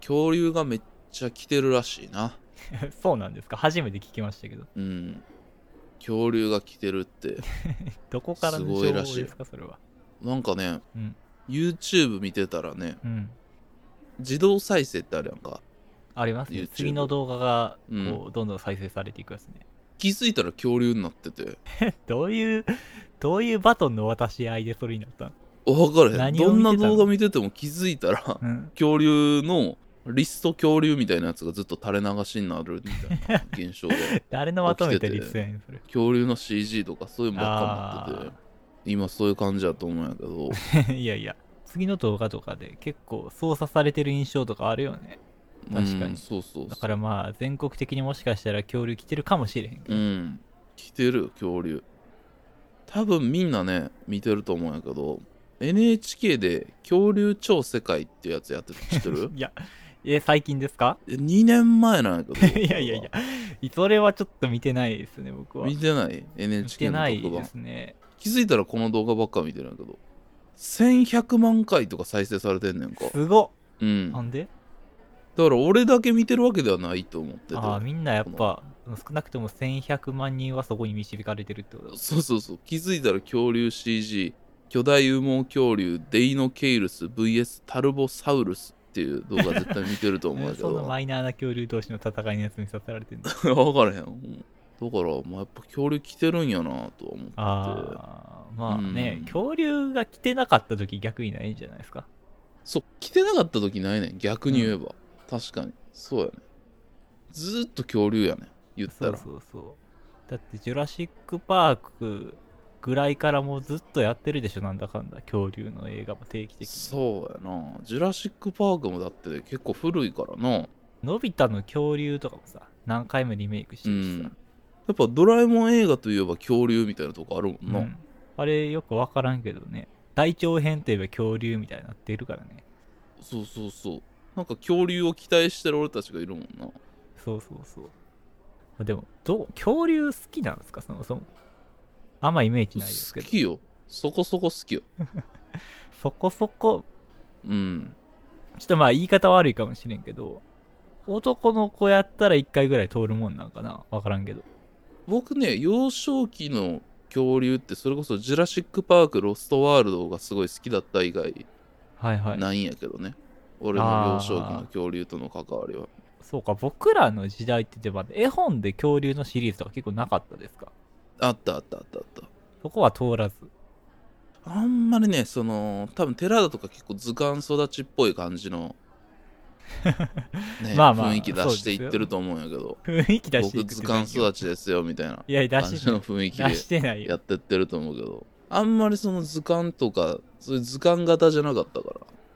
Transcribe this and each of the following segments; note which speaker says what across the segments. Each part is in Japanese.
Speaker 1: 恐竜がめっちゃ来てるらしいな
Speaker 2: そうなんですか初めて聞きましたけど
Speaker 1: うん恐竜が来てるって
Speaker 2: どこからの
Speaker 1: す
Speaker 2: 情
Speaker 1: ご
Speaker 2: 報
Speaker 1: いら
Speaker 2: で
Speaker 1: しい
Speaker 2: すかそれは
Speaker 1: なんかね
Speaker 2: うん
Speaker 1: YouTube 見てたらね
Speaker 2: うん
Speaker 1: 自動再生ってあるやんか
Speaker 2: ありますね
Speaker 1: YouTube
Speaker 2: 次の動画がこ
Speaker 1: う
Speaker 2: うどんどん再生されていくやつね、
Speaker 1: 気づいたら恐竜になってて
Speaker 2: どういう どういうバトンの渡し合いでそれになったの、
Speaker 1: 分からへん
Speaker 2: 何
Speaker 1: ど
Speaker 2: を
Speaker 1: ん
Speaker 2: 見てた
Speaker 1: な動
Speaker 2: の
Speaker 1: 画見てても気づいたら
Speaker 2: うん、
Speaker 1: 恐竜のリスト恐竜みたいなやつがずっと垂れ流しになるみたいな現象 で
Speaker 2: 誰のまとめて
Speaker 1: 起きてて
Speaker 2: 立やねんそれ
Speaker 1: 恐竜の CG とかそういうのばっか持ってて
Speaker 2: あ
Speaker 1: 今そういう感じだと思うんやけど
Speaker 2: いやいや次の動画とかで結構操作されてる印象とかあるよね確か
Speaker 1: うん
Speaker 2: に
Speaker 1: そうそうそう
Speaker 2: だからまあ全国的にもしかしたら恐竜来てるかもしれへんけ
Speaker 1: う
Speaker 2: ど、
Speaker 1: ん来てる恐竜多分みんなね見てると思うんやけど NHK で「恐竜超世界」ってやつやってる知って る
Speaker 2: いやえ最近ですか
Speaker 1: 2年前なんやけ ど
Speaker 2: いやいやいやそれはちょっと見てないですね僕は
Speaker 1: 見
Speaker 2: 見
Speaker 1: てない
Speaker 2: て
Speaker 1: NHK の
Speaker 2: ない
Speaker 1: 特
Speaker 2: で
Speaker 1: 番
Speaker 2: すね
Speaker 1: 気づいたらこの動画ばっか見てるんやけど1100万回とか再生されてんねんか
Speaker 2: すごっ
Speaker 1: うん
Speaker 2: なんで
Speaker 1: だから俺だけ見てるわけではないと思ってて
Speaker 2: ああみんなやっぱ少なくとも1100万人はそこに導かれてるってことだ
Speaker 1: そうそうそう気づいたら恐竜 CG 巨大羽毛恐竜デイノケイルス VS タルボサウルスっていう動画絶対見てると思うん
Speaker 2: え
Speaker 1: だけ
Speaker 2: そ
Speaker 1: ど
Speaker 2: の
Speaker 1: 分
Speaker 2: マイナーな恐竜同士の戦いのやつにさせられて るんだ
Speaker 1: からへんうんだから、まあ、やっぱ恐竜来てるんやなとは思って
Speaker 2: ああまあね、
Speaker 1: うん
Speaker 2: 恐竜が来てなかった時逆にないんじゃないですか
Speaker 1: そう来てなかった時ないねん逆に言えば、確かにそうやねずーっと恐竜やね言った
Speaker 2: そ
Speaker 1: ら
Speaker 2: うそうそうだってジュラシック・パークぐらいからもうずっとやってるでしょなんだかんだ恐竜の映画も定期的に
Speaker 1: そうやなジュラシック・パークもだって結構古いからな
Speaker 2: のび太の恐竜とかもさ何回もリメイクして
Speaker 1: う
Speaker 2: るしさ
Speaker 1: ん、やっぱドラえもん映画といえば恐竜みたいなとこあるもんな、
Speaker 2: うんあれよく分からんけどね大長編といえば恐竜みたいになってるからね
Speaker 1: そうそうそうなんか恐竜を期待してる俺たちがいるもんな
Speaker 2: そうそうそうでもどう恐竜好きなんですかそもそもあんまイメージないです
Speaker 1: 好
Speaker 2: けど
Speaker 1: きよそこそこ好きよ
Speaker 2: そこそこ
Speaker 1: うん
Speaker 2: ちょっとまあ言い方悪いかもしれんけど、男の子やったら1回ぐらい通るもんなんかなわからんけど。
Speaker 1: 僕ね幼少期の恐竜ってそれこそ「ジュラシック・パーク」「ロスト・ワールド」がすごい好きだった以外
Speaker 2: はいはい。
Speaker 1: ないんやけどね、俺の幼少期の恐竜との関わりは
Speaker 2: そうか、僕らの時代って言ってば、絵本で恐竜のシリーズとか結構なかったですか
Speaker 1: あったあったあったあった
Speaker 2: そこは通らず。
Speaker 1: あんまりねその多分寺田とか結構図鑑育ちっぽい感じ の、ね
Speaker 2: まあまあ
Speaker 1: 雰囲気出していってると思うんやけど
Speaker 2: 雰囲気出してい
Speaker 1: 僕
Speaker 2: く
Speaker 1: 図鑑
Speaker 2: だ
Speaker 1: 育ちですよみたいない
Speaker 2: や、出
Speaker 1: 感
Speaker 2: し
Speaker 1: じ
Speaker 2: てな
Speaker 1: の
Speaker 2: い。
Speaker 1: 雰囲気
Speaker 2: 出
Speaker 1: で
Speaker 2: してない
Speaker 1: や
Speaker 2: よ。
Speaker 1: ってってると思うけどあんまりその図鑑とかそういう図鑑型じゃなかったから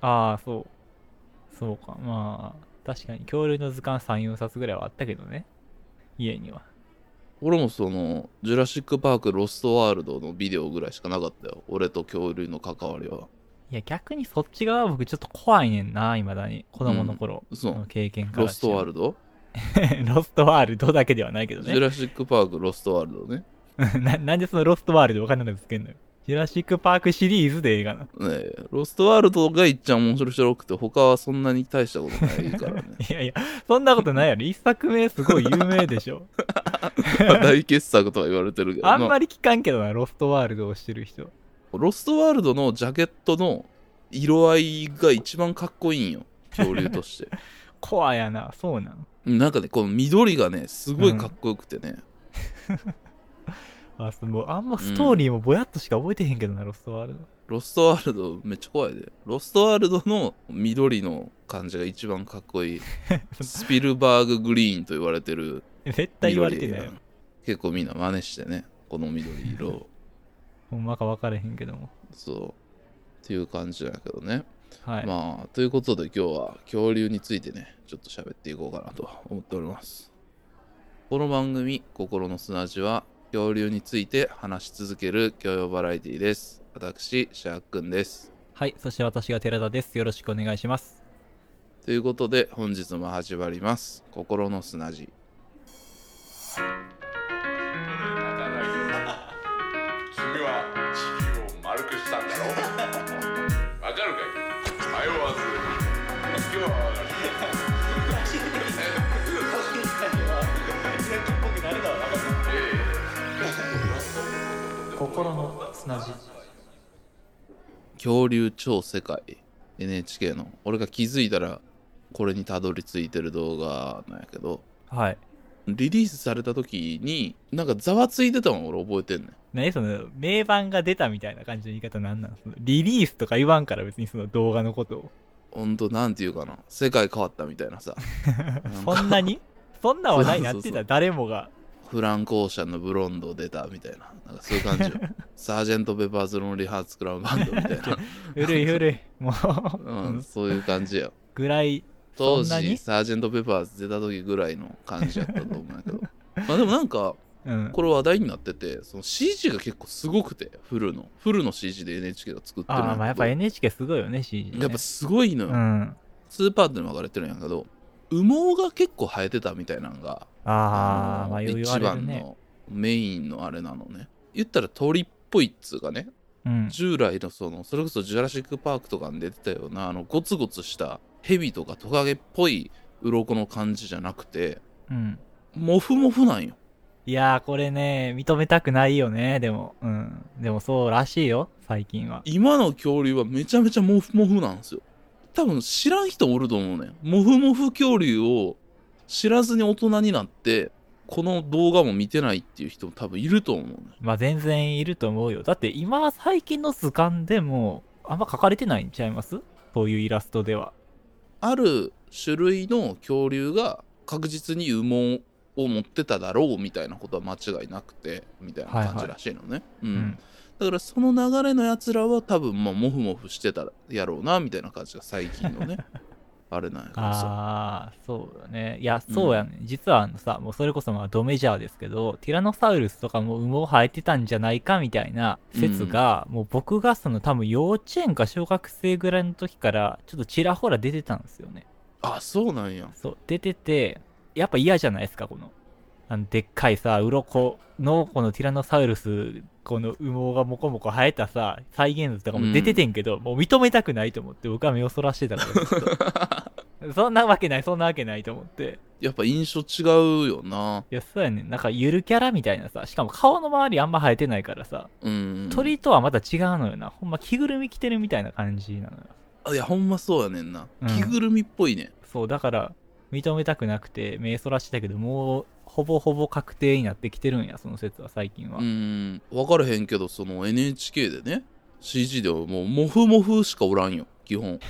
Speaker 2: ああ、そう。そうか、まあ、確かに恐竜の図鑑3、4冊ぐらいはあったけどね。家には。
Speaker 1: 俺もその「ジュラシック・パーク・ロスト・ワールド」のビデオぐらいしかなかったよ俺と恐竜の関わりはい
Speaker 2: や、逆にそっち側は僕ちょっと怖いねんな、未だに。子供の頃
Speaker 1: 嘘
Speaker 2: の経験から
Speaker 1: ロスト・ワー
Speaker 2: ルド
Speaker 1: ルド、
Speaker 2: ロストワールドだけではないけど
Speaker 1: ジュ
Speaker 2: ね。
Speaker 1: ラシック・パーク・ロスト・ワールドね
Speaker 2: ななんでそのロストワールドわかんないのつけんのよ。ジュラシック・パークシリーズで映画な。
Speaker 1: ねえロストワールドがいっちゃん面白い人多くて他はそんなに大したことないから ね
Speaker 2: いやいや、そんなことないやろ。一作目すごい有名でしょ。
Speaker 1: 大傑作とは言われてるけど
Speaker 2: あん ま
Speaker 1: な
Speaker 2: り聞かんけどな、ロストワールドをしてる人。
Speaker 1: ロストワールドのジャケットの色合いが一番かっこいいんよ恐竜として
Speaker 2: コアやな、そうなの。
Speaker 1: なんかねこの緑がねすごいかっこよくてね、
Speaker 2: あ、そうもうあんまストーリーもぼやっとしか覚えてへんけどな、ロストワールド。
Speaker 1: ロストワールドめっちゃ怖いでロストワールドの緑の感じが一番かっこいいスピルバーググリーンと言われてる
Speaker 2: 絶対言われて
Speaker 1: 緑
Speaker 2: ない
Speaker 1: が
Speaker 2: よ。
Speaker 1: 結構みんな真似してねこの緑色を
Speaker 2: ほんまか分からへんけども。
Speaker 1: そうっていう感じだけどね
Speaker 2: はい。
Speaker 1: まあということで今日は恐竜についてねちょっと喋っていこうかなと思っておりますこの番組「心の砂地」は恐竜について話し続ける教養バラエティです私シャークンです
Speaker 2: はい、そして私が寺田です。よろしくお願いします。
Speaker 1: ということで本日も始まります「心の砂地」
Speaker 3: 君は地球を丸くしたんだろわかるかい迷わず今日は分かる
Speaker 4: 心の砂地
Speaker 1: 恐竜超世界 NHK の俺が気づいたらこれにたどり着いてる動画なんやけど
Speaker 2: はい。
Speaker 1: リリースされた時になんかざわついてたの俺覚えてんねん
Speaker 2: 何その、名盤が出たみたいな感じの言い方なんなんそのリリースとか言わんから別にその動画のことを。
Speaker 1: ほんとなんていうかな世界変わったみたいなさ なんか
Speaker 2: そん なにそんな話題になっ
Speaker 1: そ
Speaker 2: て
Speaker 1: うそうそ
Speaker 2: た
Speaker 1: う
Speaker 2: 誰もが。
Speaker 1: フランク・オーシャンのブロンド出たみたいななんかそういう感 じよサージェント・ペパーズ・ロンリー・ハーツ・クラブバンドみたい な、
Speaker 2: 古い古い。もう、
Speaker 1: うん、そういう感じよ
Speaker 2: ぐらい。
Speaker 1: 当
Speaker 2: そんな
Speaker 1: 時
Speaker 2: に
Speaker 1: サージェント・ペパーズ出た時ぐらいの感じやったと思うんだけどまあでもなんか
Speaker 2: うん。
Speaker 1: これ話題になっててその CG が結構すごくてフルのフルの CG で NHK が作ってるん
Speaker 2: ああ、まあや
Speaker 1: や
Speaker 2: っ
Speaker 1: けど
Speaker 2: ぱ NHK すごいよね、CG、ね。
Speaker 1: やっぱすごいのよ、
Speaker 2: うん。
Speaker 1: 2パートに分かれてるんやけど羽毛が結構生えてたみたいなのが
Speaker 2: ああ、
Speaker 1: の
Speaker 2: まあ余裕あ
Speaker 1: 一
Speaker 2: る
Speaker 1: 番
Speaker 2: ね。
Speaker 1: のメインのあれなのね言ったら鳥っぽいっつうかね
Speaker 2: うん。
Speaker 1: 従来のそのそれこそ「ジュラシック・パーク」とかに出てたようなあのゴツゴツしたヘビとかトカゲっぽい鱗の感じじゃなくて
Speaker 2: うん。
Speaker 1: モフモフなんよ
Speaker 2: いやー、これね、認めたくないよね、でも。うん。でもそうらしいよ、最近は。
Speaker 1: 今の恐竜はめちゃめちゃモフモフなんですよ多分知らん人おると思うねんモフモフ恐竜を知らずに大人になってこの動画も見てないっていう人も多分いると思うね
Speaker 2: まあ全然いると思うよ。だって今、最近の図鑑でも、あんま書かれてないんちゃいますそういうイラストでは。
Speaker 1: ある種類の恐竜が確実に羽毛を持ってただろうみたいなことは間違いなくてみたいな感じらしいのね、
Speaker 2: う
Speaker 1: うん。だからその流れのやつらは多分まあモフモフしてたやろうなみたいな感じが最近の ねあれなんやけどさ
Speaker 2: ああ、そうだね。いや、そうやね。実はあのさ、もうそれこそまあドメジャーですけど、ティラノサウルスとかも羽毛生えてたんじゃないかみたいな説が、もう僕がその多分幼稚園か小学生ぐらいの時から、ちょっとちらほら出てたんですよね。
Speaker 1: あそうなんや
Speaker 2: そう、出てて、やっぱ嫌じゃないですか、この。あのでっかいさ、鱗のこのティラノサウルス、この羽毛がモコモコ生えたさ、再現図とかも出ててんけど、もう認めたくないと思って、僕は目をそらしてたからずっ とそんなわけない、そんなわけないと思って。
Speaker 1: やっぱ印象違うよない
Speaker 2: や、そうやねん。なんか、ゆるキャラみたいなさ、しかも顔の周りあんま生えてないからさ、
Speaker 1: うん
Speaker 2: 鳥とはまた違うのよな。ほんま着ぐるみ着てるみたいな感じなのよ。
Speaker 1: あいやほんまそうやねんな、
Speaker 2: うん
Speaker 1: 着ぐるみっぽいね
Speaker 2: そう、だから、認めたくなくて、目そらしてたけど、もう、ほぼほぼ確定になってきてるんや、その説は、最近は。
Speaker 1: うん分からへんけどその NHK でね CG ではもうモフモフしかおらんよ基本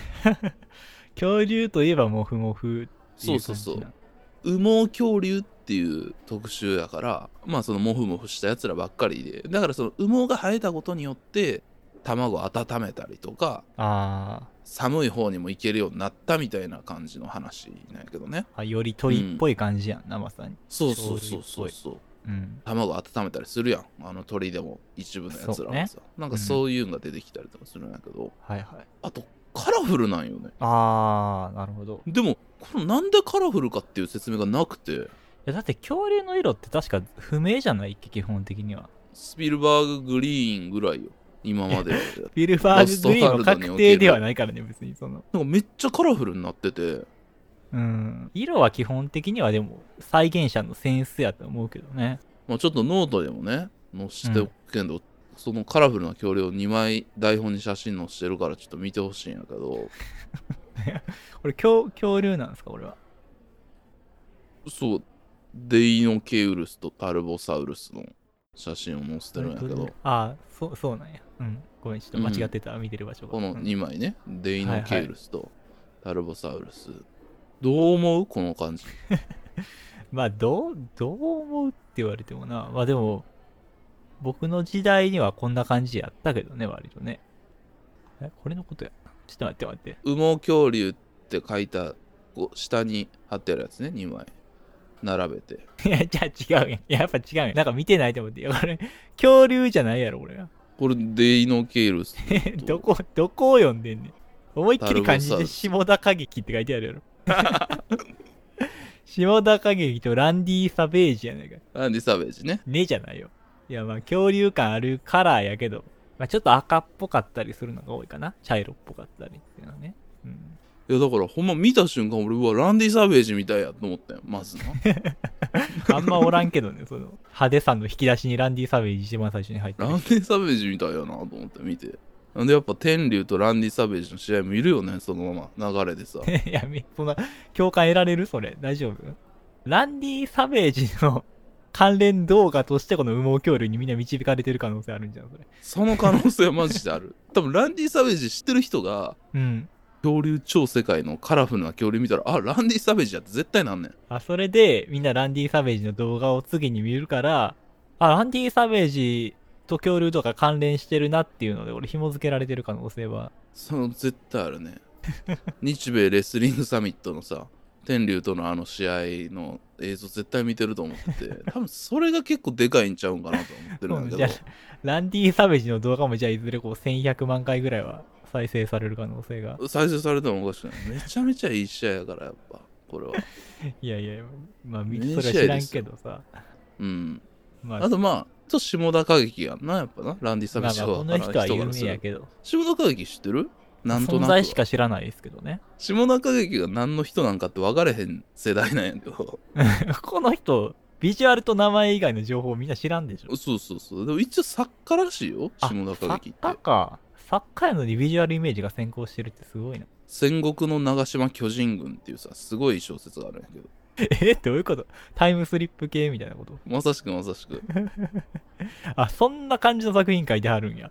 Speaker 2: 恐竜といえば、モフモフって
Speaker 1: そ
Speaker 2: いう感じな
Speaker 1: うそうそう羽毛恐竜っていう特集やからまあそのモフモフしたやつらばっかりでだからその羽毛が生えたことによって卵を温めたりとか
Speaker 2: あ
Speaker 1: 寒い方にも行けるようになったみたいな感じの話なんやけどね
Speaker 2: ーあ、より鳥っぽい感じやんな、まさに。
Speaker 1: そうそうそうそうそう
Speaker 2: うん。
Speaker 1: 卵温めたりするやんあの鳥でも一部のやつらはさ、なんかそういうのが出てきたりとかするんやけど、
Speaker 2: はいはい。
Speaker 1: あとカラフルなんよね
Speaker 2: あー、なるほど。い
Speaker 1: でもこのなんでカラフルかっていう説明がなくて
Speaker 2: や、だって恐竜の色って確か不明じゃないっけ、基本的には。
Speaker 1: スピルバーググリーンぐらいよ今までやってた
Speaker 2: ビルバーググリーンの確定ではないからね、別にその。
Speaker 1: なんかめっちゃカラフルになってて
Speaker 2: うん。色は基本的にはでも、再現者のセンスやと思うけどね。
Speaker 1: まあ、ちょっとノートでもね載しておくけど、そのカラフルな恐竜を2枚台本に写真載してるからちょっと見てほしいんやけど
Speaker 2: これ、恐恐竜なんですか、これは。
Speaker 1: そうデイノケウルスとタルボサウルスの写真を載せてるんやけど
Speaker 2: ああ、そう、そうなんや。うん。ごめん、ちょっと間違ってた、見てる場所が。
Speaker 1: この
Speaker 2: うん
Speaker 1: 2枚ねデイノケウルスとタルボサウルス、どう思うこの感じ
Speaker 2: まあ、どう、どう思うって言われてもな。まあでも、僕の時代にはこんな感じやったけどね、割とね。え、これのことや。ちょっと待って待って。
Speaker 1: 羽毛恐竜って書いたこう下に貼ってあるやつね2枚並べて
Speaker 2: いや、じゃあ違うやん。いややっぱ違うやん。なんか見てないと思って。いや、これ、恐竜じゃないやろ、これは。
Speaker 1: これデイノケウルスと
Speaker 2: どこ、どこを読んでんねん。思いっき
Speaker 1: タル
Speaker 2: り
Speaker 1: ボ
Speaker 2: 漢
Speaker 1: サ
Speaker 2: 字
Speaker 1: ウル
Speaker 2: で
Speaker 1: ス
Speaker 2: 下田景樹って書いてあるやろ。 下田景樹とランディ・サベージやないか。
Speaker 1: アンディ・サベージね
Speaker 2: ねじゃないよ。いや、まあ恐竜感あるカラーやけど、まあちょっと赤っぽかったりするのが多いかな。茶色っぽかったりっていうのはね。うん。
Speaker 1: えいやだからほんま見た瞬間俺うわランディ・サーベージみたいやと思ったよまずな
Speaker 2: あんまおらんけどね、その、派手さの引き出しにランディ・サベージ一番最初に入って
Speaker 1: ラ
Speaker 2: る
Speaker 1: ンディ・サベージみたいやなと思って見てなんでやっぱ天竜とランディ・サベージの試合もいるよねそのまま流れ でさ
Speaker 2: いや、みそんな、共感得られるそれ。大丈夫ランディ・サベージの関連動画としてこの羽毛恐竜にみんな導かれてる可能性あるんじゃん、それ。
Speaker 1: その可能性はマジである多分ランディ・サベージ知ってる人が
Speaker 2: うん。
Speaker 1: 恐竜超世界のカラフルな恐竜見たらあランディ・サベージやって絶対なんねん
Speaker 2: あ、それで、みんなランディ・サベージの動画を次に見るから、あ、ランディ・サベージと恐竜とか関連してるなっていうので、俺紐付けられてる可能性は。
Speaker 1: その絶対ある ね日米レスリングサミットのさ天竜とのあの試合の映像絶対見てると思ってて多分それが結構でかいんちゃうんかなと思ってるんだ
Speaker 2: じゃ
Speaker 1: け
Speaker 2: あ
Speaker 1: ど
Speaker 2: ランディ・サベージの動画もじゃあいずれこう1100万回ぐらいは再生される可能性が。
Speaker 1: 再生されてもおかしくないめちゃめちゃいい試合やからやっぱこ れはい
Speaker 2: やいや、まあ、み
Speaker 1: 名
Speaker 2: それは
Speaker 1: 試合
Speaker 2: 知らん
Speaker 1: です
Speaker 2: け
Speaker 1: よ
Speaker 2: どさ。
Speaker 1: うん
Speaker 2: ま
Speaker 1: あとまあちょっと下田歌劇やんなやっぱなランディ・サベ
Speaker 2: ま
Speaker 1: ー
Speaker 2: あ
Speaker 1: ジ
Speaker 2: まあ、
Speaker 1: は
Speaker 2: この人は有名や
Speaker 1: 下
Speaker 2: けど、
Speaker 1: 田歌劇知ってるなんと
Speaker 2: 存
Speaker 1: なくは
Speaker 2: 在しか知らないですけどね。
Speaker 1: 下田歌劇が何の人なんかって分かれへん世代なんやけ ど
Speaker 2: この人、ビジュアルと名前以外の情報みんな知らんでしょ。
Speaker 1: そうそうそうでも一応作家らしいよ下
Speaker 2: あ
Speaker 1: 田歌劇って
Speaker 2: 作家か。作家やのにビジュアルイメージが先行してるってすごいな。
Speaker 1: 戦国の長島巨人軍っていうさすごい小説があるんやけど
Speaker 2: え、どういうことタイムスリップ系みたいなこと
Speaker 1: まさしくまさし く
Speaker 2: あ、そんな感じの作品書いてあるんや。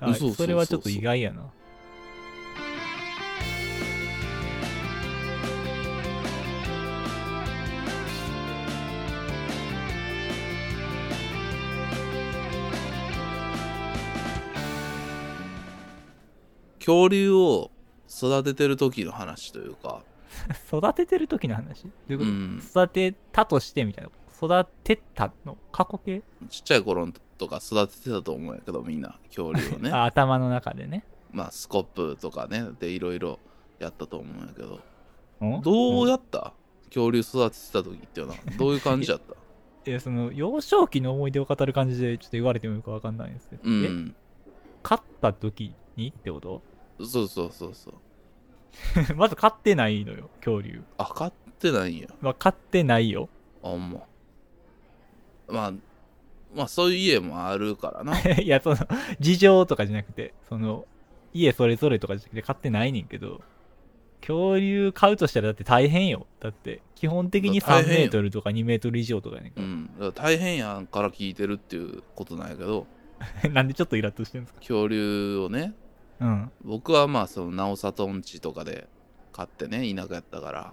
Speaker 2: あ
Speaker 1: そうそうそうそう
Speaker 2: それはちょっと意外やな。
Speaker 1: 恐竜を育ててる時の話というか
Speaker 2: 育ててる時の話どういう
Speaker 1: う
Speaker 2: こと、
Speaker 1: ん
Speaker 2: 育てたとしてみたいなこと。育てたの過去形、
Speaker 1: ちっちゃい頃とか育ててたと思うんやけどみんな恐竜を ね
Speaker 2: あ頭の中でね。
Speaker 1: まあスコップとかねでいろいろやったと思うんやけど
Speaker 2: ん
Speaker 1: どうやった、恐竜育ててた時っていうのはどういう感じやった
Speaker 2: えその幼少期の思い出を語る感じでちょっと言われてもよくわかんないんですけど、
Speaker 1: う
Speaker 2: え
Speaker 1: ん
Speaker 2: 勝った時にってこと
Speaker 1: そうそうそうそう
Speaker 2: まず勝ってないのよ恐竜、
Speaker 1: あ買ってないんや
Speaker 2: まあ、勝ってないよ
Speaker 1: あんままあまあそういう家もあるからな
Speaker 2: いやその事情とかじゃなくてその家それぞれとかじゃなくて勝ってないねんけど恐竜飼うとしたらだって大変よだって基本的に
Speaker 1: 大
Speaker 2: 3
Speaker 1: 変
Speaker 2: メ
Speaker 1: よ
Speaker 2: ートルとか2メートル以上とかやねん
Speaker 1: う
Speaker 2: か
Speaker 1: んだから大変やんから聞いてるっていうことなんやけど
Speaker 2: ら なんでちょっとイラッとしてるんですか
Speaker 1: 恐竜をね
Speaker 2: うん
Speaker 1: 僕はまあその直里んちとかで買ってね田舎やったから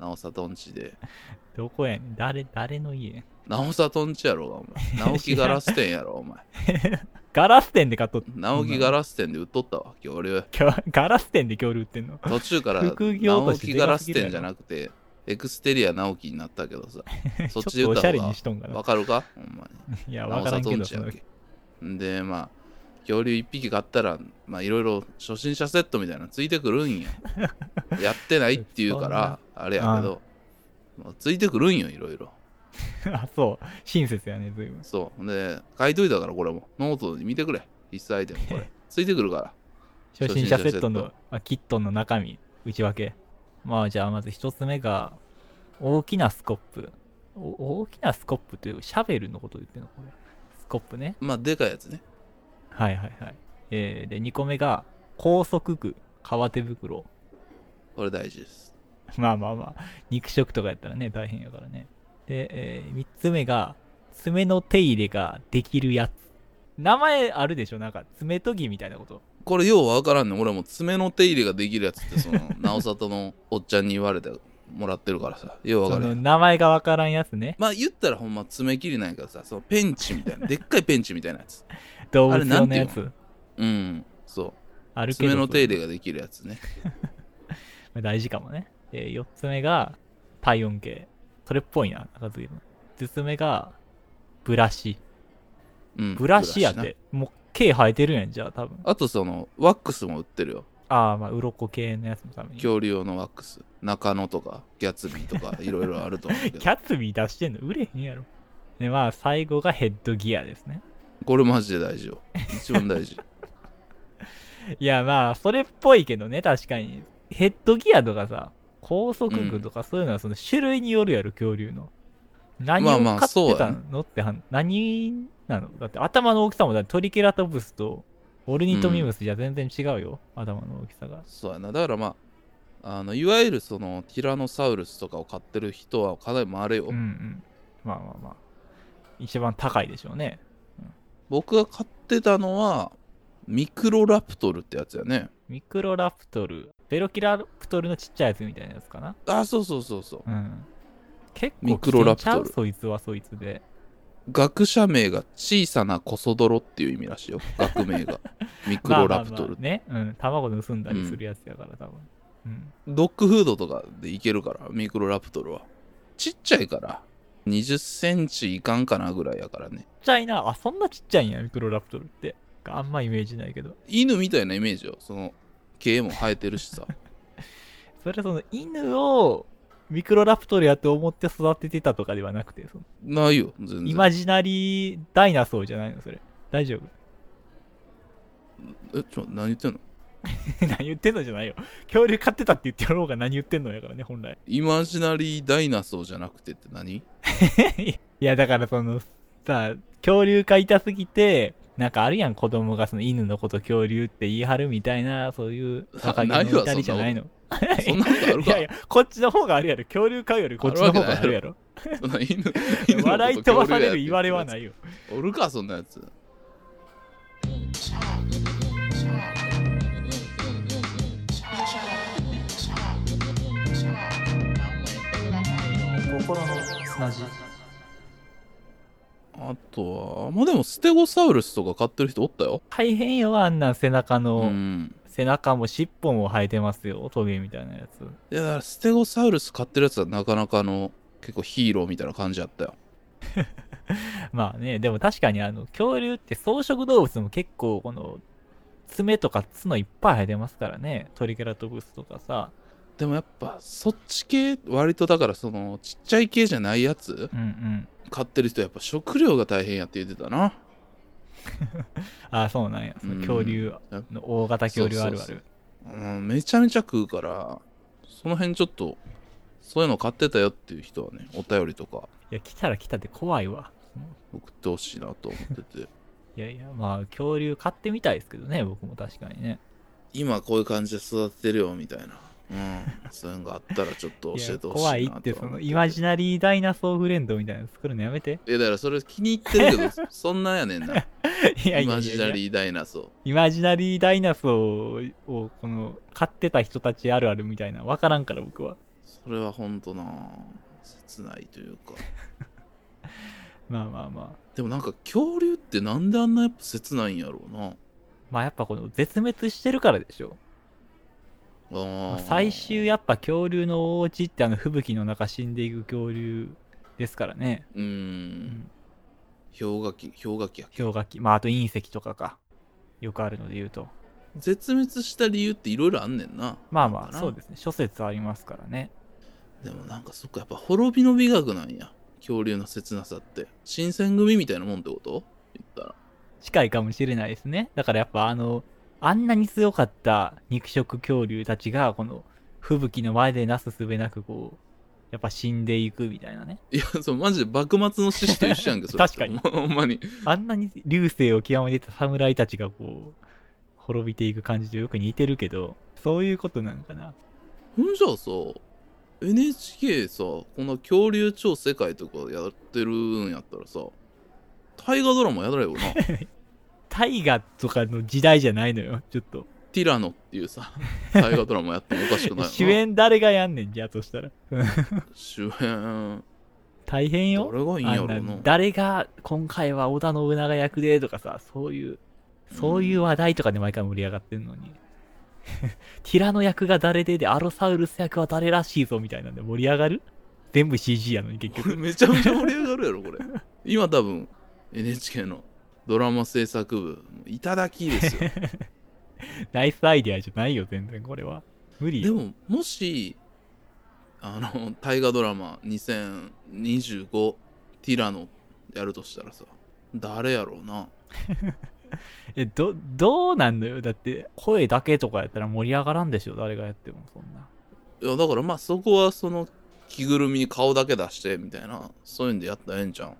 Speaker 1: 直里んちで
Speaker 2: どこやねん誰誰の家
Speaker 1: 直里んちやろうがお前直木ガラス店やろお前
Speaker 2: ガラス店で買っとっ
Speaker 1: 直木ガラス店で売っとったわ恐竜
Speaker 2: ガラス店で恐竜売ってんの
Speaker 1: 途中から
Speaker 2: 副業と
Speaker 1: 直
Speaker 2: して
Speaker 1: 木ガラス店じゃなくてエクステリア直樹になったけどさそっち
Speaker 2: ち
Speaker 1: で
Speaker 2: ょ
Speaker 1: 売っ
Speaker 2: っとおしゃ
Speaker 1: た
Speaker 2: れ
Speaker 1: 方が
Speaker 2: にしとんかな
Speaker 1: わ。かるかほんまに
Speaker 2: いや、わ
Speaker 1: 直
Speaker 2: からん
Speaker 1: 里
Speaker 2: け
Speaker 1: ん
Speaker 2: ど、
Speaker 1: ち
Speaker 2: そ
Speaker 1: や
Speaker 2: の
Speaker 1: んけんでまあ恐竜一匹買ったらまあいろいろ初心者セットみたいなのついてくる んよやってないって言うからあれやけどまあついてくるんよいろいろ
Speaker 2: あ、そう。親切やね、ずいぶん。
Speaker 1: そうで書いといたからこれもノートに見てくれ必須アイテム これついてくるから
Speaker 2: 初心者セ
Speaker 1: 初心者
Speaker 2: ット
Speaker 1: セッ
Speaker 2: の
Speaker 1: ト
Speaker 2: あキットンの中身、内訳。まあ、じゃあ、まず一つ目が、大きなスコップ。お大きなスコップという、シャベルのこと言ってんのこれ。スコップね。
Speaker 1: まあでかいやつね
Speaker 2: はいはいはい。えー、で、2個目が、高速具、革手袋。
Speaker 1: これ大事です
Speaker 2: まあまあまあ、肉食とかやったらね、大変やからね。で、え3つ目が、爪の手入れができるやつ。名前あるでしょなんか、爪研ぎみたいなこと。
Speaker 1: これようわからんねん俺も爪の手入れができるやつってそ の直里のおっちゃんに言われてもらってるからさようわ
Speaker 2: そ
Speaker 1: から
Speaker 2: の
Speaker 1: ん
Speaker 2: 名前がわからんやつね。
Speaker 1: まあ言ったらほんま爪切りなんやけどさそのペンチみたい なでっかいペンチみたいなやつ
Speaker 2: 動
Speaker 1: あ
Speaker 2: 物
Speaker 1: れな
Speaker 2: 用
Speaker 1: ん
Speaker 2: の
Speaker 1: ていう
Speaker 2: や
Speaker 1: の
Speaker 2: つ。
Speaker 1: うんそう
Speaker 2: あるけど。
Speaker 1: 爪の手入
Speaker 2: れ。
Speaker 1: れができるやつね
Speaker 2: まあ大事かもね。え4つ目が、体温計。それっぽいな、中継ぎの。5つ目が、ブラシ。
Speaker 1: うん
Speaker 2: ブラシやっ
Speaker 1: ブラシ
Speaker 2: て。もう、毛生えてるやん、じゃあ、多分
Speaker 1: な。あとそのワックスも売ってるよ
Speaker 2: ああ、まあ、鱗系のやつのために。キ
Speaker 1: 恐竜用のワックス中野とかギャツビーとかいろいろあると思うけ ど
Speaker 2: ャツビー出してんの売れへんやろ。で、まあ、最後がヘッドギアですね。
Speaker 1: これマジで大事よ 一番大事
Speaker 2: いやまあそれっぽいけどね確かにヘッドギアとかさ、高速具とかそういうのはその種類によるやろ、恐竜の。何
Speaker 1: まあ
Speaker 2: を
Speaker 1: まあ
Speaker 2: 買って
Speaker 1: そうや
Speaker 2: た
Speaker 1: ね
Speaker 2: のってはん何なのだって頭の大きさもだってトリケラトプスとオルニトミムスじゃ全然違うよ、頭の大きさが。
Speaker 1: そうやなだからまああのいわゆるそのティラノサウルスとかを買ってる人はかなり回れよ、
Speaker 2: うんうん。まあまあまあ。一番高いでしょうね。
Speaker 1: 僕が買ってたのはミクロラプトルってやつやね
Speaker 2: ミクロラプトル、ベロキラプトルのちっちゃいやつみたいなやつかな。
Speaker 1: あそうそうそうそう
Speaker 2: うん。結構
Speaker 1: ミクロラプトル
Speaker 2: 危険ちゃうそいつはそいつで。
Speaker 1: 学者名が小さなコソ泥っていう意味らし いよ学名がミクロラプ
Speaker 2: まあま
Speaker 1: ト
Speaker 2: あま
Speaker 1: ル
Speaker 2: あね。うん。卵盗んだりするやつやから、多分。うん。
Speaker 1: ドッグフードとかでいけるからミクロラプトルはちっちゃいから20センチいかんかなぐらいやからね
Speaker 2: ちっちゃいな。あ、そんなちっちゃいんや、ミクロラプトルって。あんまイメージないけど。
Speaker 1: 犬みたいなイメージよその毛も生えてるし さ
Speaker 2: それはその犬をミクロラプトルやと思って育ててたとかではなくて、その
Speaker 1: ないよ全然
Speaker 2: イマジナリーダイナソーじゃないの、それ。大丈夫。
Speaker 1: えちょ何言ってんの
Speaker 2: 何言ってんのじゃないよ。恐竜飼ってたって言ってやろうが何言ってんのやからね、本来。
Speaker 1: イマジナリーダイナソーじゃなくてって 何
Speaker 2: いや、だからその、さ、恐竜飼いたすぎて、なんかあるやん、子供がその犬のこと恐竜って言い張るみたいな、そう いう若気の至りじゃないの。
Speaker 1: そんなことある
Speaker 2: い
Speaker 1: か
Speaker 2: やいや、こっちの方があるやろ。恐竜飼うよりこっちの方があるやろ。
Speaker 1: そんな犬犬のこと
Speaker 2: 笑い飛ばさ
Speaker 1: 恐竜やって言って
Speaker 2: れる
Speaker 1: やつ
Speaker 2: 言われはないよ。
Speaker 1: おるかそんなやつ
Speaker 2: 心の砂地。
Speaker 1: あとはまあでもステゴサウルスとか飼ってる人おったよ
Speaker 2: 大変よ、あんなん背中の、
Speaker 1: うん
Speaker 2: 背中も尻尾も生えてますよ。トゲみたいなやつ。
Speaker 1: いやだからステゴサウルス飼ってるやつはなかなかの結構ヒーローみたいな感じやったよ
Speaker 2: まあね、でも確かにあの、恐竜って草食動物も結構この、爪とか角いっぱい生えてますからね。トリケラトプスとかさ。
Speaker 1: でもやっぱそっち系割とだからそのちっちゃい系じゃないやつ
Speaker 2: うんうん。
Speaker 1: 飼ってる人はやっぱ食料が大変やって言ってたな
Speaker 2: ああ、そうなんや。その
Speaker 1: うん
Speaker 2: 恐竜の大型恐竜あるあ
Speaker 1: そうそう
Speaker 2: る。
Speaker 1: うんめちゃめちゃ食うからその辺ちょっとそういうの買ってたよっていう人はねお便りとか
Speaker 2: いや、来たら来たって怖いわ。
Speaker 1: 送ってほしいなと思 ってて
Speaker 2: いやいや、まあ、恐竜買ってみたいですけどね、僕も確かにね。
Speaker 1: 今こういう感じで育ててるよみたいなうんそういうのがあったらちょっと教えてほしいなと
Speaker 2: や怖いって、その、イマジ
Speaker 1: な
Speaker 2: ナリーダイナソーフレンドみたいなの作るのやめて。
Speaker 1: いやだからそれ気に入ってるけどそんなんやねんない
Speaker 2: や
Speaker 1: イ
Speaker 2: いや
Speaker 1: マ
Speaker 2: いや
Speaker 1: ジ
Speaker 2: いや
Speaker 1: ナリーダイナソ
Speaker 2: イマジナリーダイナソーを、この、買ってた人たちあるあるみたいな、わからんから僕は。
Speaker 1: ーそれはほんとな切ないというか
Speaker 2: まあまあまあ。
Speaker 1: でもなんか恐竜ってなんであんなやっぱ切ないんやろうな
Speaker 2: まあやっぱこの、絶滅してるからでしょ。
Speaker 1: あー
Speaker 2: 最終やっぱ恐竜のお家ってあの、吹雪の中死んでいく恐竜ですからね。
Speaker 1: う
Speaker 2: うんん。
Speaker 1: 氷河期氷河期やっけ
Speaker 2: 氷河期。まああと隕石とかか。よくあるので言うと。
Speaker 1: 絶滅した理由っていろいろあんねんな
Speaker 2: まあまあ、そう
Speaker 1: で
Speaker 2: ですね。諸説ありますからね。
Speaker 1: でもなんかそっかやっぱ滅びの美学なんや恐竜の切なさって新選組みたいなもんってこと言ったら
Speaker 2: 近いかもしれないですね。だからやっぱあの、あんなに強かった肉食恐竜たちが、この、吹雪の前でなすすべなくこう、やっぱ死んでいくみたいなね。
Speaker 1: いやそうマジで幕末の志士と一緒やんけそれ
Speaker 2: 確かに
Speaker 1: ほんまに
Speaker 2: あんなに流星を極めてた侍たちがこう、滅びていく感じとよく似てるけど、そういうことなのかな。
Speaker 1: ほんじゃあさ NHK さこんな恐竜超世界とかやってるんやったらさ大河ドラマやら よな
Speaker 2: 大河とかの時代じゃないのよ、ちょっと。
Speaker 1: ティラノっていうさ大河ドラマやってもおかしくないよな
Speaker 2: 主演誰がやんねんじゃあとしたら。
Speaker 1: 主演
Speaker 2: 大変よ。
Speaker 1: 誰がいいんや
Speaker 2: あ
Speaker 1: ろ
Speaker 2: ん
Speaker 1: うな
Speaker 2: な誰が今回は織田信長役でとかさ、そういう、そういう話題とかで毎回盛り上がってんのに。 ティラノ役が誰でで、アロサウルス役は誰らしいぞみたいなんで盛り上がる全部 CG やのに結
Speaker 1: これ
Speaker 2: 局。
Speaker 1: めちゃめちゃ盛り上がるやろこれ 今多分 NHK のドラマ制作部いただきですよ
Speaker 2: ナイスアイデアじゃないよ、全然これは。無理
Speaker 1: で
Speaker 2: よ。
Speaker 1: ももしあの 大河ドラマ2025ティラノやるとしたらさ誰やろうな
Speaker 2: え、ど、どうなんのよだって、声だけとかやったら盛り上がらんでしょ誰がやっても、そんな。
Speaker 1: いやだからまあそこはその着ぐるみに顔だけ出してみたいなそういうんでやったらええんじゃん
Speaker 2: い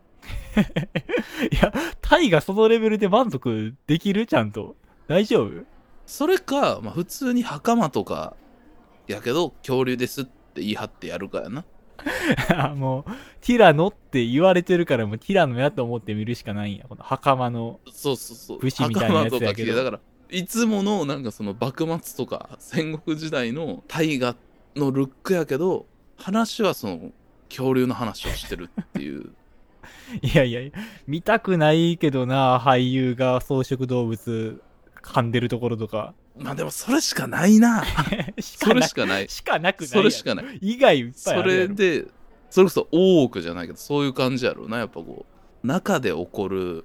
Speaker 2: や、タイがそのレベルで満足できるちゃんと。大丈夫
Speaker 1: それか、まあ、普通に袴とかやけど恐竜ですって言い張ってやるかやな
Speaker 2: あもう、ティラノって言われてるから、もうティラノやと思って見るしかないんや。この袴の。
Speaker 1: そうそうそう
Speaker 2: 武士みたいなやつやけど
Speaker 1: 袴とか着てだからいつものなんかその幕末とか戦国時代の大河のルックやけど話はその恐竜の話をしてるっていう
Speaker 2: いやいや、見たくないけどな、俳優が草食動物噛んでるところとか。
Speaker 1: まあでもそれしかないな
Speaker 2: し
Speaker 1: そ
Speaker 2: か
Speaker 1: れ
Speaker 2: な
Speaker 1: しかない
Speaker 2: しかなくないやろ
Speaker 1: それしかない
Speaker 2: 以外いっぱいあ
Speaker 1: そ
Speaker 2: るや
Speaker 1: れ
Speaker 2: ろ
Speaker 1: でそれこそ大奥じゃないけどそういう感じやろうなやっぱこう中で起こる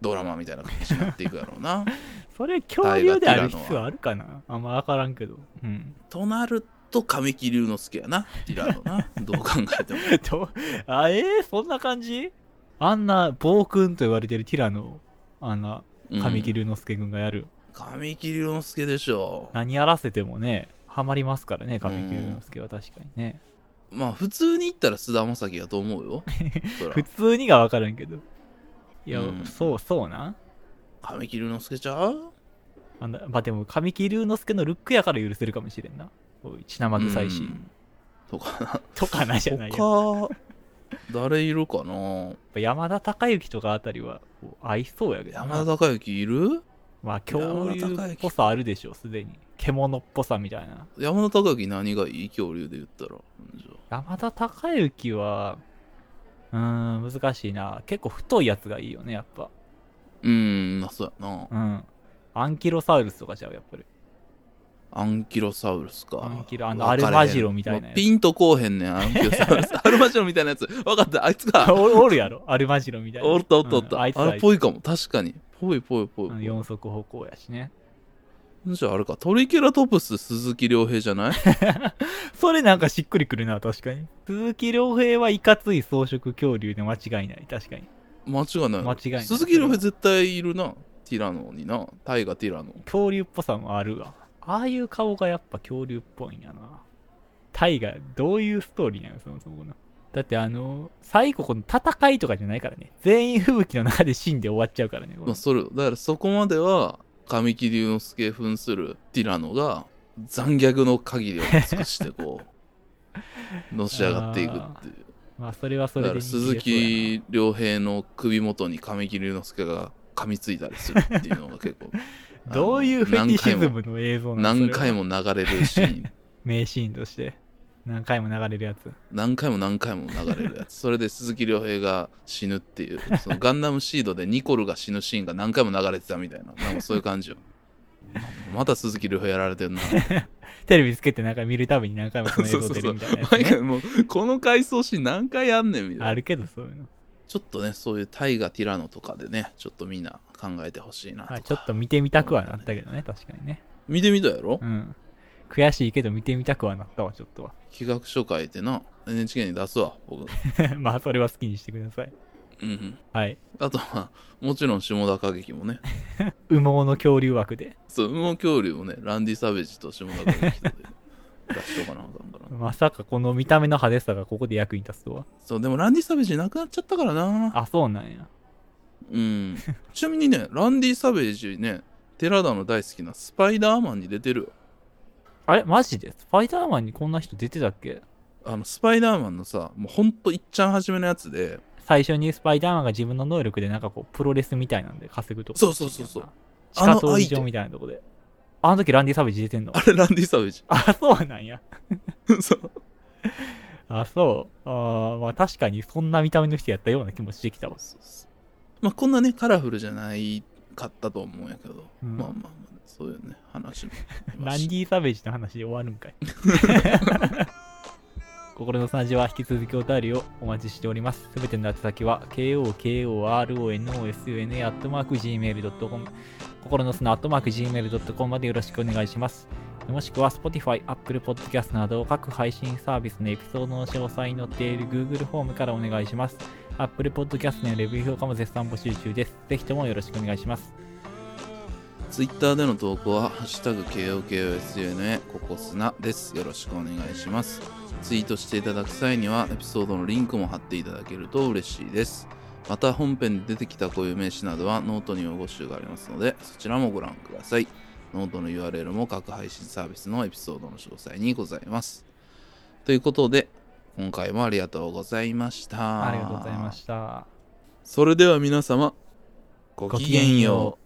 Speaker 1: ドラマみたいな感じになっていくやろう な
Speaker 2: それ恐竜である必要あるかなあんま分からんけど。うん。
Speaker 1: となると神木隆之介やなティラノなどう考えても
Speaker 2: と、あ、えーそんな感じあんな暴君と言われてるティラノ、あんな神木
Speaker 1: うん
Speaker 2: 隆之介君がやる。
Speaker 1: 神木隆之介でしょ
Speaker 2: 何やらせてもね、ハマりますからね、神木隆之介は確かにね。
Speaker 1: まあ普通に言ったら菅田将暉やと思う よそら
Speaker 2: 普通にが分からんけど。いや、
Speaker 1: うん
Speaker 2: そう、そうな。
Speaker 1: 神木隆之介ちゃう
Speaker 2: あんなまあ、でも神木隆之介のルックやから許せるかもしれんな。こう血生臭い
Speaker 1: う
Speaker 2: し。
Speaker 1: んとか
Speaker 2: とかなじゃ
Speaker 1: な
Speaker 2: な
Speaker 1: い
Speaker 2: よ。やっ
Speaker 1: 他誰いるかな
Speaker 2: ぱ山田孝之とかあたりはこう合いそうやけどな。
Speaker 1: 山田孝之いる
Speaker 2: まあ恐竜っぽさあるでしょすでに獣っぽさみたいな
Speaker 1: 山田孝之何がいい恐竜で言ったらじゃあ
Speaker 2: 山田孝之はうーん難しいな結構太いやつがいいよねやっぱ
Speaker 1: うーん、まあそうやな。
Speaker 2: うんアンキロサウルスとかじゃうやっぱり
Speaker 1: アンキロサウルスか。
Speaker 2: アンキロあの
Speaker 1: 分かれへん
Speaker 2: アルマジロみたいな
Speaker 1: まあ
Speaker 2: やつ
Speaker 1: ピンとこうへんねん、アンキロサウル ス。アルマジロみたいなやつ。わかった、あいつか。
Speaker 2: おおるやろアルマジロみたいな
Speaker 1: おったおったおっ
Speaker 2: う
Speaker 1: た。
Speaker 2: んあいつ
Speaker 1: あ
Speaker 2: あ
Speaker 1: れ
Speaker 2: い
Speaker 1: っ
Speaker 2: つう
Speaker 1: ぽいかも。確かに。ぽいぽいぽいぽ
Speaker 2: ん
Speaker 1: い。
Speaker 2: 四足歩行やしね
Speaker 1: じゃああれか、トリケラトプス鈴木亮平じゃない
Speaker 2: それなんかしっくりくるな確かに鈴木亮平はいかつい草食恐竜で間違いない確かに
Speaker 1: 間違いない。
Speaker 2: 間違いない
Speaker 1: 鈴木亮平絶対いるな。ティラノにな。タイガティラノ。
Speaker 2: 恐竜っぽさもあるわああいう顔がやっぱ恐竜っぽいんやなタイがどういうストーリーなのそもそものだってあの最後この戦いとかじゃないからね全員吹雪の中で死んで終わっちゃうからねこ
Speaker 1: ま
Speaker 2: の
Speaker 1: あ、それ、だからそこまでは、神木隆之介扮するティラノが残虐の限りを尽くしてこ う、のし上がっていくっていう。
Speaker 2: まあそれはそ
Speaker 1: だから
Speaker 2: れで人
Speaker 1: 鈴
Speaker 2: 気出そうや
Speaker 1: 木
Speaker 2: な
Speaker 1: 亮平の首元に神木隆之介が噛みついたりするっていうのが 結構
Speaker 2: どういうフェティシズムの映像なの
Speaker 1: 何回も何回も流れるシーン
Speaker 2: 名シーンとして何回も流れるやつ
Speaker 1: 何回も何回も流れるやつ それで鈴木亮平が死ぬっていうそのガンダムシードでニコルが死ぬシーンが何回も流れてたみたいななんかそういう 感じよまた鈴木亮平やられてるな
Speaker 2: テレビつけてなんか見るたびに何回もその映像出るみたいなやつ、
Speaker 1: 毎
Speaker 2: ね、
Speaker 1: 回もうこの回想シーン何回やんねんみたいな
Speaker 2: あるけどそういうの、
Speaker 1: ちょっとねそういう大河ティラノとかでねちょっとみんな考えてほしいなとか、
Speaker 2: はい、ちょっと見てみたくはなったけどね確かにね
Speaker 1: 見てみたやろ
Speaker 2: うん。悔しいけど見てみたくはなったわ、ちょっとは。
Speaker 1: 企画書書いてな NHK に出すわ僕、
Speaker 2: まあ、それは好きにしてください。
Speaker 1: うんうん、
Speaker 2: はい。
Speaker 1: あとはもちろん下田歌劇もね
Speaker 2: 羽毛の恐竜枠で。
Speaker 1: そう羽毛恐竜をねランディ・サベージと下田歌劇とで出しとかなあかんからな
Speaker 2: まさかこの見た目の派手さがここで役に立つとは。
Speaker 1: そうでもランディ・サベージなくなっちゃったからな
Speaker 2: あ、そうなんや。
Speaker 1: うんちなみにねランディ・サベージね寺田の大好きなスパイダーマンに出てるよ
Speaker 2: あれマジでスパイダーマンにこんな人出てたっけ
Speaker 1: あのスパイダーマンのさもうほんといっちゃん初めのやつで
Speaker 2: 最初にスパイダーマンが自分の能力でなんかこう、プロレスみたいなんで稼ぐとこ
Speaker 1: そうそうそうそう。
Speaker 2: 地下
Speaker 1: あの
Speaker 2: 闘技場みたいなとこで。あの時ランディ・サベージ出てんの
Speaker 1: あれランディ・サベージ
Speaker 2: あ、そうなんや。
Speaker 1: そう
Speaker 2: あ、そう。あーまあ確かにそんな見た目の人やったような気もしてきたわ。
Speaker 1: まあこんなねカラフルじゃないかったと思うんやけど、
Speaker 2: うん
Speaker 1: まあまあまあそういうね話もありま
Speaker 2: ラ
Speaker 1: し
Speaker 2: ン
Speaker 1: た
Speaker 2: ディ・サベージの話で終わるんかい。心の砂地は引き続きお便りをお待ちしております。すべての宛先は、kokoronosuna.gmail.com、心の砂 .gmail.com までよろしくお願いします。もしくは Spotify、Apple Podcast など各配信サービスのエピソードの詳細に載っている Google フォームからお願いします。Apple Podcast のレビュー評価も絶賛募集中です。ぜひともよろしくお願いします。
Speaker 1: ツイッターでの投稿は、ハッシュタグ KOKOSUNA ココスナです。よろしくお願いします。ツイートしていただく際には、エピソードのリンクも貼っていただけると嬉しいです。また、本編で出てきた固有名詞などは、ノートにも募集がありますので、そちらもご覧ください。ノートの URL も各配信サービスのエピソードの詳細にございます。ということで、今回もありがとうございました。
Speaker 2: ありがとうございました。
Speaker 1: それでは皆様、ごきげんよう。